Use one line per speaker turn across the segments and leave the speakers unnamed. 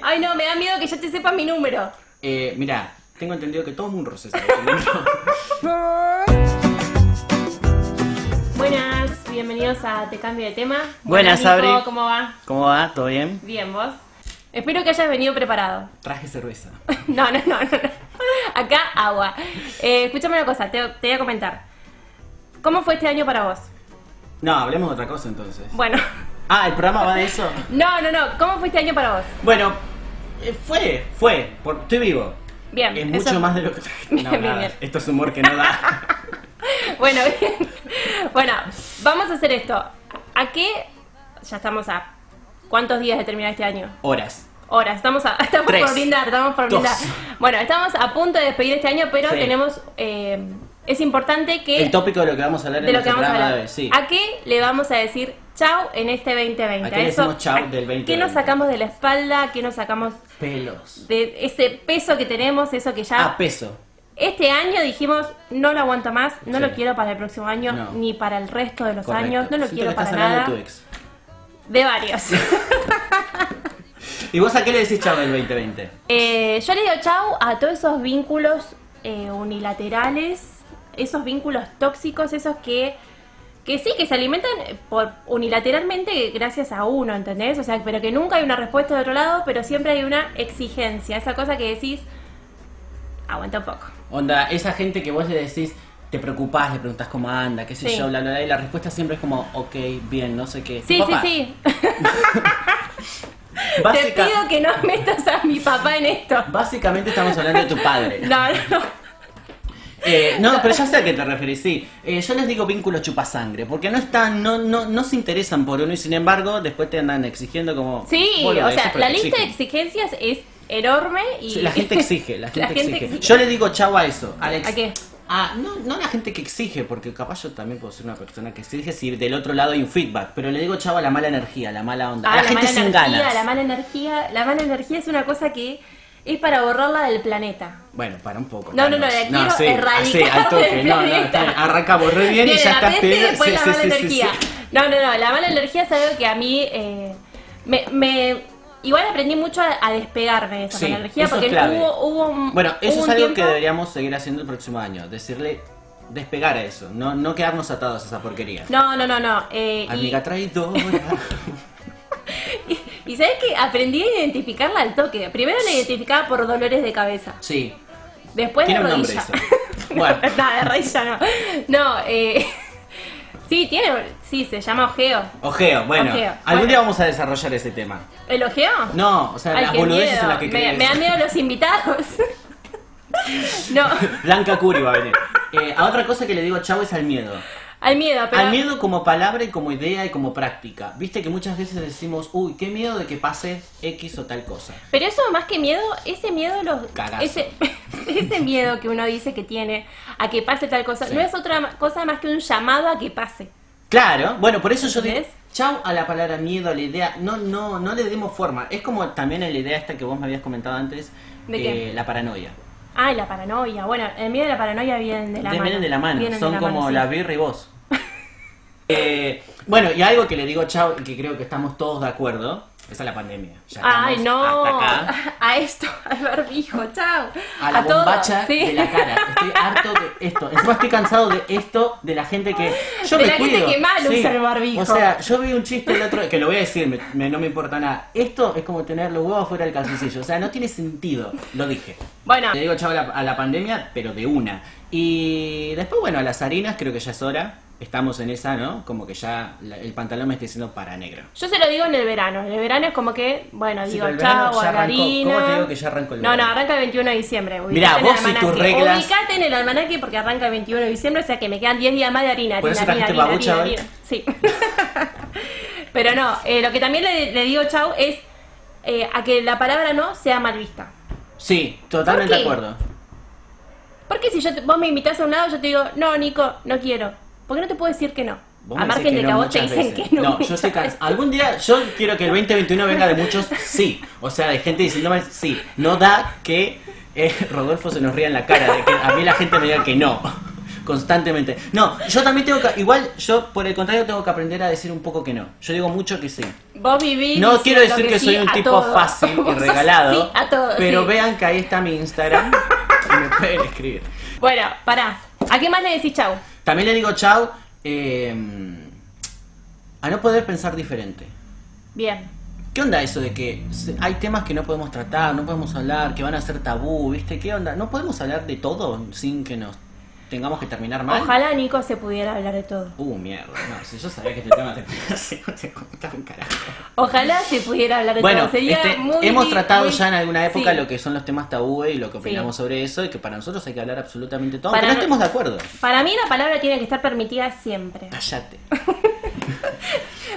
Ay, no, me da miedo que ya te sepas mi número.
Eh, mirá, tengo entendido que todo el mundo este se sabe tu número.
Buenas, bienvenidos a Te Cambio de Tema.
Buenas,
Nico,
Abri.
¿Cómo va?
¿Cómo va? ¿Todo bien?
Bien, vos. Espero que hayas venido preparado.
Traje cerveza.
No, no, no, no. no. Acá agua. Eh, escúchame una cosa, te, te voy a comentar. ¿Cómo fue este año para vos?
No, hablemos de otra cosa entonces.
Bueno,
Ah, ¿el programa va de eso?
no, no, no. ¿Cómo fue este año para vos?
Bueno, eh, fue, fue. por- estoy vivo.
Bien,
Es
eso-
mucho más de lo que traje.
Bien,
No,
bien,
nada,
bien.
Esto es humor que no da.
Bueno, bien. Bueno, vamos a hacer esto. ¿A qué? Ya estamos a. ¿Cuántos días de terminar este año?
Horas.
Horas, estamos, a- estamos
Tres,
por brindar, estamos por
dos.
brindar. Bueno, estamos a punto de despedir este año, pero
Sí.
tenemos. eh, es importante que.
El tópico de lo que vamos a hablar
de
en
lo que
nuestro
vamos a hablar.
programa
Ah,
de hoy, sí.
¿A qué le vamos a decir chau en este 2020?
¿A qué le decimos chau del 2020?
¿Qué nos sacamos de la espalda? ¿Qué nos sacamos
Pelos.
de ese peso que tenemos? Eso que ya.
Ah, peso.
Este año dijimos, no lo aguanto más, no
Sí.
lo quiero para el próximo año,
No.
ni para el resto de los
Correcto.
años, no lo
Siento
quiero
que estás
para
hablando
nada.
de tu ex.
De varios.
¿Y vos a qué le decís chau del 2020?
Eh, yo le digo chau a todos esos vínculos eh, unilaterales, esos vínculos tóxicos, esos que, que sí, que se alimentan por unilateralmente gracias a uno, ¿entendés? O sea, pero que nunca hay una respuesta de otro lado, pero siempre hay una exigencia, esa cosa que decís, aguanta un poco.
Onda, esa gente que vos le decís, te preocupás, le preguntás cómo anda, qué sé
Sí.
yo, bla, bla, bla, y la respuesta siempre es como, ok, bien, no sé qué.
Sí,
Papá,
sí, sí. Te
básica-
pido que no metas a mi papá en esto.
Básicamente estamos hablando de tu padre.
No, no.
Eh, no, pero ya sé a qué te referís, sí. Eh, yo les digo vínculos chupasangre, porque no están, no, no, no se interesan por uno y sin embargo después te andan exigiendo como...
Sí,
vos lo
o
decís,
sea,
pero
la
te
lista de
exigen.
exigencias es enorme y...
Sí, La gente exige, la gente, exige.
exige.
Yo le digo chau a eso, a la ex-
¿A qué?
a- no, no la gente que exige, porque capaz yo también puedo ser una persona que exige si del otro lado hay un feedback, pero le digo chau a la mala energía, la mala onda,
Ah,
a la, gente
mala
sin
energía,
ganas.
La mala energía, la mala energía es una cosa que es para borrarla del planeta.
Bueno, para un poco.
No, no,
Carlos.
no, la quiero erradicar
así, al toque.
del
No, no,
planeta.
está bien. arrancamos re bien y
Viene
ya
la
estás
peste y
pedo.
después
Sí,
la
sí,
mala
sí, sí,
energía.
sí.
No, no, no, la mala energía es algo que a mí eh, me, me- igual aprendí mucho a, a despegarme de esa
Sí,
mala energía
eso es
porque
clave.
hubo, hubo un
Bueno, eso
hubo
es
un
algo que
tiempo-
deberíamos seguir haciendo el próximo año. Decirle, despegar a eso. No, no quedarnos atados a esa porquería.
No, no, no, no. eh, y-
Amiga traidora.
Y, y sabes que aprendí a identificarla al toque. Primero la identificaba por dolores de cabeza.
sí.
Después
Tiene
de
un nombre
rodilla.
eso. Bueno.
no, de rodilla no. No, eh, sí, tiene, sí, se llama ojeo.
Ojeo, bueno.
Ojeo,
Algún
bueno.
día vamos a desarrollar ese tema.
¿El ojeo?
No, o sea,
Ay,
las
qué
boludeces
miedo.
en las que
me,
crees.
me dan miedo los invitados. no,
Blanca Curi va a venir. Eh, a otra cosa que le digo chau es al miedo.
al miedo, pero...
Al miedo como palabra y como idea y como práctica. Viste que muchas veces decimos, uy, qué miedo de que pase X o tal cosa.
Pero eso más que miedo, ese miedo los
Cagazo.
ese, ese miedo que uno dice que tiene a que pase tal cosa,
Sí.
no es otra ma- cosa más que un llamado a que pase.
Claro, bueno, por eso yo digo,
¿Entendés?
chau a la palabra miedo, a la idea, no, no, no le demos forma. Es como también en la idea esta que vos me habías comentado antes,
¿De
eh,
qué?
la paranoia.
Ah, y la paranoia. Bueno, el miedo y la paranoia vienen de la
Ustedes
mano.
vienen de la mano,
Vienen de
son
la
como
mano, sí.
la birra y vos. Eh, bueno, y algo que le digo chau, y que creo que estamos todos de acuerdo, es a la pandemia. Ya
Ay,
estamos
no.
Hasta acá.
A esto, al barbijo, chao.
A la
todo,
bombacha
sí.
de la cara. Estoy harto de esto. Encima estoy cansado de esto, de la gente que. Yo
De
me
la gente
cuido.
que mal usa el barbijo.
O sea, yo vi un chiste el otro que lo voy a decir, me- me- no me importa nada. Esto es como tener los huevos fuera del calzoncillo. O sea, no tiene sentido. Lo dije.
Bueno,
Le digo chao a la, a la pandemia, pero de una. Y después, bueno, a las harinas creo que ya es hora. Estamos en esa, ¿no? Como que ya la- el pantalón me está diciendo para negro.
yo se lo digo en el verano. En el verano es como que, bueno,
Sí,
digo,
pero el verano
chao,
ya arrancó.
Argarina.
¿Cómo te digo que ya arrancó el
No, no,
verano?
arranca el 21 de diciembre. ubicate
Mirá,
en
vos
el
y tus
almanaque.
reglas.
Ubicate en el almanaque porque arranca el 21 de diciembre, o sea que me quedan 10 días más de harina.
Por
harina,
eso trajiste
harina,
babucha
harina,
hoy.
harina. Sí. Pero no, eh, lo que también le, le digo, chao, es eh, a que la palabra no sea mal vista.
Sí, totalmente
¿Por
de
qué?
acuerdo.
Porque si yo te- vos me invitas a un lado, yo te digo, no, Nico, no quiero. ¿Por qué no te puedo decir que no?
Vos
a
me
margen
decís
de que
no
a vos te
muchas
dicen
veces.
que no.
No, yo
muchas
estoy
veces.
cansado. Algún día yo quiero que el 2021 venga de muchos sí. O sea, de gente diciéndome sí. No da que eh, Rodolfo se nos ría en la cara, de que a mí la gente me diga que no. constantemente. No, yo también tengo que. Igual, yo por el contrario tengo que aprender a decir un poco que no. Yo digo mucho que sí.
Vos vivís.
No quiero
diciendo
decir que,
sí
soy un
a
tipo
todo.
fácil y
Vos sos
regalado,
sí a todo,
pero
sí.
vean que ahí está mi Instagram y me pueden escribir.
Bueno, pará. ¿A qué más le decís chau?
También le digo chau eh, a no poder pensar diferente.
Bien.
¿Qué onda eso de que se- hay temas que no podemos tratar, no podemos hablar, que van a ser tabú, viste? ¿Qué onda? ¿No podemos hablar de todo sin que nos tengamos que terminar mal?
Ojalá Nico se pudiera hablar de todo.
Uh, mierda. No, si yo sabía que este tema te no te contaba un carajo.
Ojalá se pudiera hablar de
Bueno,
todo. Sería
este,
muy-
hemos tratado
muy-
ya en alguna época
sí.
lo que son los temas tabú y lo que opinamos
Sí.
sobre eso y que para nosotros hay que hablar absolutamente todo,
Para
aunque no
no-
estemos de acuerdo.
Para mí la palabra tiene que estar permitida siempre.
Cállate.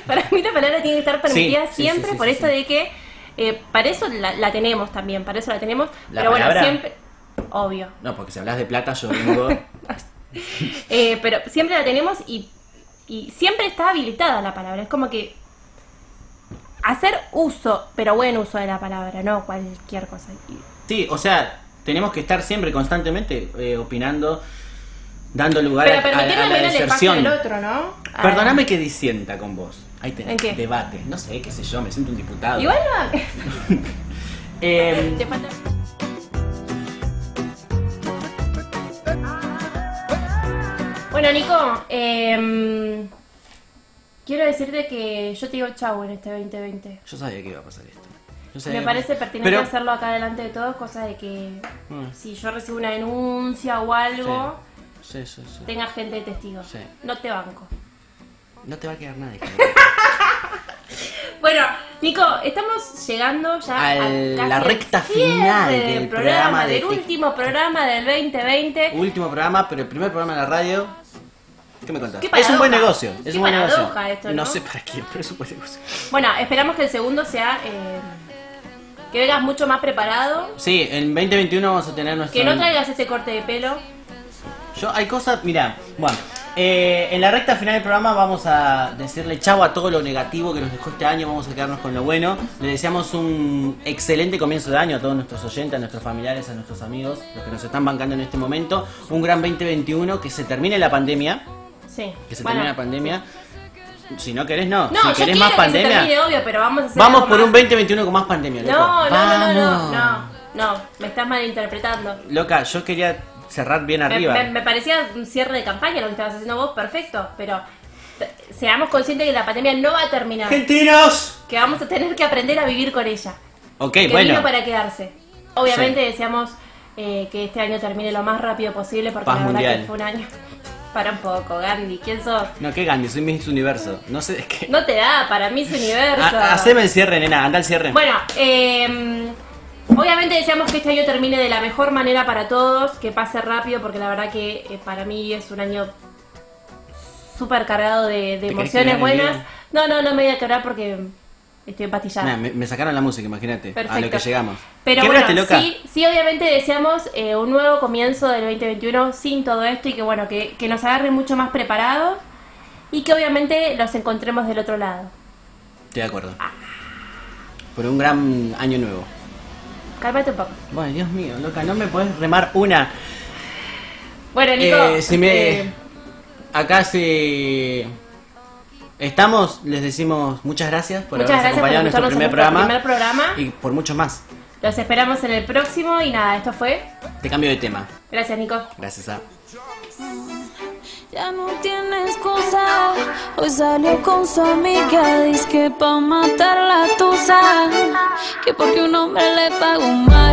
Para mí la palabra tiene que estar permitida
Sí, sí,
siempre
sí, sí,
por
sí,
esto
sí.
de que eh, para eso la, la tenemos también, para eso la tenemos.
¿La
pero bueno,
palabra?
siempre, obvio.
No, porque si hablas de plata yo vengo...
Eh, pero siempre la tenemos y, y siempre está habilitada la palabra. Es como que hacer uso, pero buen uso de la palabra, no cualquier cosa. Y-
Sí, o sea, tenemos que estar siempre constantemente eh, opinando, dando lugar
Pero
a, a- a
permitir
la
también el espacio
deserción.
del otro, ¿no? A-
Perdóname que disienta con vos. Ahí tenés,
¿En qué?
debate. No sé, qué sé yo, me siento un diputado.
Igual no-
Em,
te falta- Bueno, Nico, em, quiero decirte que yo te digo chau en este 2020.
yo sabía que iba a pasar esto. Yo sabía
Me
que-
parece pertinente
Pero-
hacerlo acá delante de todos, cosa de que
Mm.
si yo recibo una denuncia o algo,
Sí, sí, sí.
tenga gente de testigo.
Sí.
No te banco.
No te va a quedar nadie.
Bueno, Nico, estamos llegando ya a
Al-
casi
la
el
recta
cierre
final del programa de este
del
Tic-
último programa del 2020.
Último programa, pero el primer programa en la radio. ¿Qué me contás?
Qué
es un buen
paradoja.
negocio. Es
Qué
un buen negocio.
paradoja esto, ¿no?
sé para quién, pero es un buen negocio.
Bueno, esperamos que el segundo sea eh, que vengas mucho más preparado,
Sí, en 2021 vamos a tener nuestro.
que no traigas ese corte de pelo.
Yo hay cosas, mira, bueno, eh, en la recta final del programa vamos a decirle chau a todo lo negativo que nos dejó este año, vamos a quedarnos con lo bueno. Le deseamos un excelente comienzo de año a todos nuestros oyentes, a nuestros familiares, a nuestros amigos, los que nos están bancando en este momento. Un gran 2021, que se termine la pandemia,
Sí.
que se
Bueno.
termine la pandemia. Si no querés,
No,
no. si
yo
querés
quiero
más
que
pandemia,
se termine, obvio, pero vamos a hacer
vamos
algo
por
más.
un 2021 con más pandemia, loco.
No, no, no, no,
Vamos.
no, no, me estás malinterpretando.
Loca, yo quería cerrar bien
Me,
arriba.
me- me parecía un cierre de campaña lo que estabas haciendo vos, perfecto, pero t- seamos conscientes que la pandemia no va a terminar,
¡Argentinos!
que vamos a tener que aprender a vivir con ella,
Ok,
que
bueno.
vino para quedarse. Obviamente deseamos eh, que este año termine lo más rápido posible porque
Paz
la verdad
mundial.
que fue un año... Para un poco, Gandhi, ¿quién sos?
No, qué Gandhi, soy Miss Universo. No sé de qué.
No te da, para mí es universo.
Ha- ah, Haceme el cierre, nena, anda al cierre.
Bueno, eh, obviamente deseamos que este año termine de la mejor manera para todos, que pase rápido, porque la verdad que eh, para mí es un año súper cargado de, de
querés
emociones
quedar en
buenas.
vivo?
No, no, no me voy a cargar porque estoy empatillada.
Nah, me, me sacaron la música, imagínate. A lo
Perfecto.
que llegamos.
Pero
Quebraste,
bueno,
loca.
sí, sí, obviamente deseamos eh, un nuevo comienzo del 2021 sin todo esto y que bueno, que, que nos agarre mucho más preparados y que obviamente los encontremos del otro lado.
Estoy de acuerdo.
Ah.
Por un gran año nuevo.
Cálmate un poco.
Bueno, Dios mío, loca, no me podés remar una.
Bueno, Nico.
Eh, si me-
eh,
Acá si estamos, les decimos muchas gracias por
Muchas
habernos
gracias por
acompañado en nuestro
escucharnos
primer
en
programa.
nuestro primer programa.
Y por muchos más.
Los esperamos en el próximo y nada, esto fue.
Te cambio de tema.
Gracias, Nico.
Gracias ah. a.
Ya no tiene excusa, hoy salió con su amiga, dice que pa' matar la tusa, que porque un hombre le pagó más.